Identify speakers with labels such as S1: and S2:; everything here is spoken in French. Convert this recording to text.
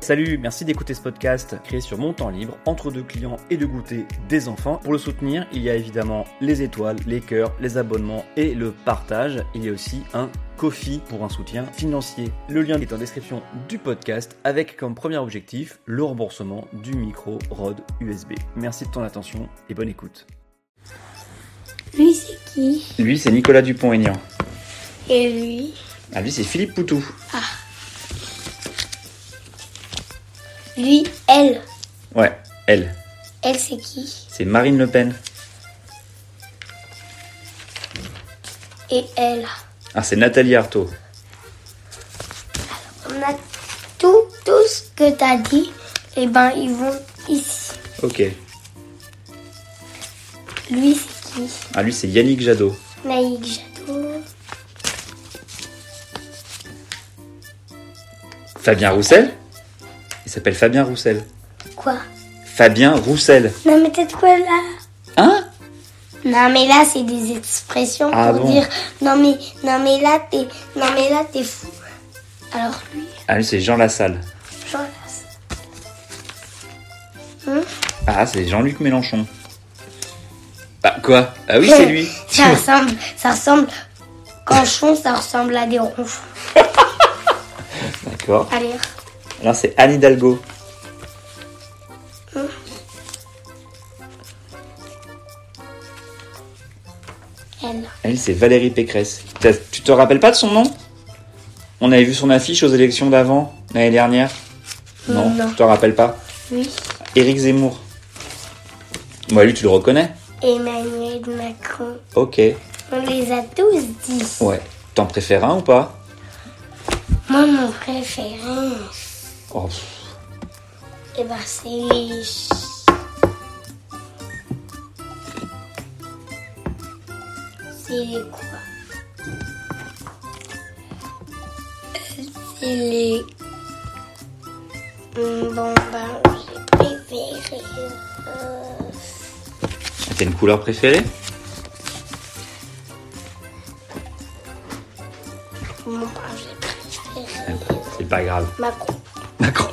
S1: Salut, merci d'écouter ce podcast créé sur mon temps libre, entre deux clients et de goûter des enfants. Pour le soutenir, il y a évidemment les étoiles, les cœurs, les abonnements et le partage. Il y a aussi un Kofi pour un soutien financier. Le lien est en description du podcast avec comme premier objectif le remboursement du micro ROD USB. Merci de ton attention et bonne écoute.
S2: Lui, c'est qui
S1: Lui, c'est Nicolas Dupont-Aignan.
S2: Et lui
S1: Ah, lui, c'est Philippe Poutou.
S2: Lui, elle.
S1: Ouais, elle,
S2: Elle, c'est qui
S1: c'est Marine Le Pen.
S2: Et elle.
S1: Ah, c'est Nathalie Arthaud.
S2: On a tout, tout ce que t'as dit. Et ben, ils vont ici.
S1: Ok.
S2: Lui, c'est qui
S1: Ah, lui, c'est Yannick Jadot.
S2: Naïk Jadot.
S1: Fabien Roussel Il s'appelle Fabien Roussel.
S2: Quoi
S1: Fabien Roussel.
S2: Non, mais t'es de quoi là
S1: Hein
S2: Non, mais là, c'est des expressions
S1: Ah
S2: pour
S1: bon
S2: dire. Non, mais, non, mais là, t'es. Non, mais là, t'es fou. Alors, lui,
S1: Ah, lui, c'est Jean Lassalle.
S2: j'en lasse.
S1: Ah, c'est Jean-Luc Mélenchon. Bah, quoi Ah oui, c'est lui.
S2: Ça ressemble. Ça ressemble. Canchon, ça ressemble à des ronfons.
S1: D'accord.
S2: Allez.
S1: Là, c'est Anne Hidalgo.
S2: Elle.
S1: Elle, Ah c'est Valérie Pécresse. T'as- Tu te rappelles pas de son nom On avait vu son affiche aux élections d'avant, l'année dernière. Non,
S2: Non.
S1: tu te rappelles pas.
S2: Oui.
S1: Éric Zemmour. Moi, lui, tu le reconnais
S2: Emmanuel Macron.
S1: Ok.
S2: On les a tous dit.
S1: Ouais. T'en préfères un ou pas
S2: Moi, mon préféré,
S1: Oh, pff.
S2: eh ben, c'est. C'est les quoi Euh, C'est les. Hum, Bon, ben, j'ai préféré. euh,
S1: T'as une couleur préférée
S2: Moi, j'ai préféré
S1: C'est pas grave.
S2: Macron.
S1: Macron.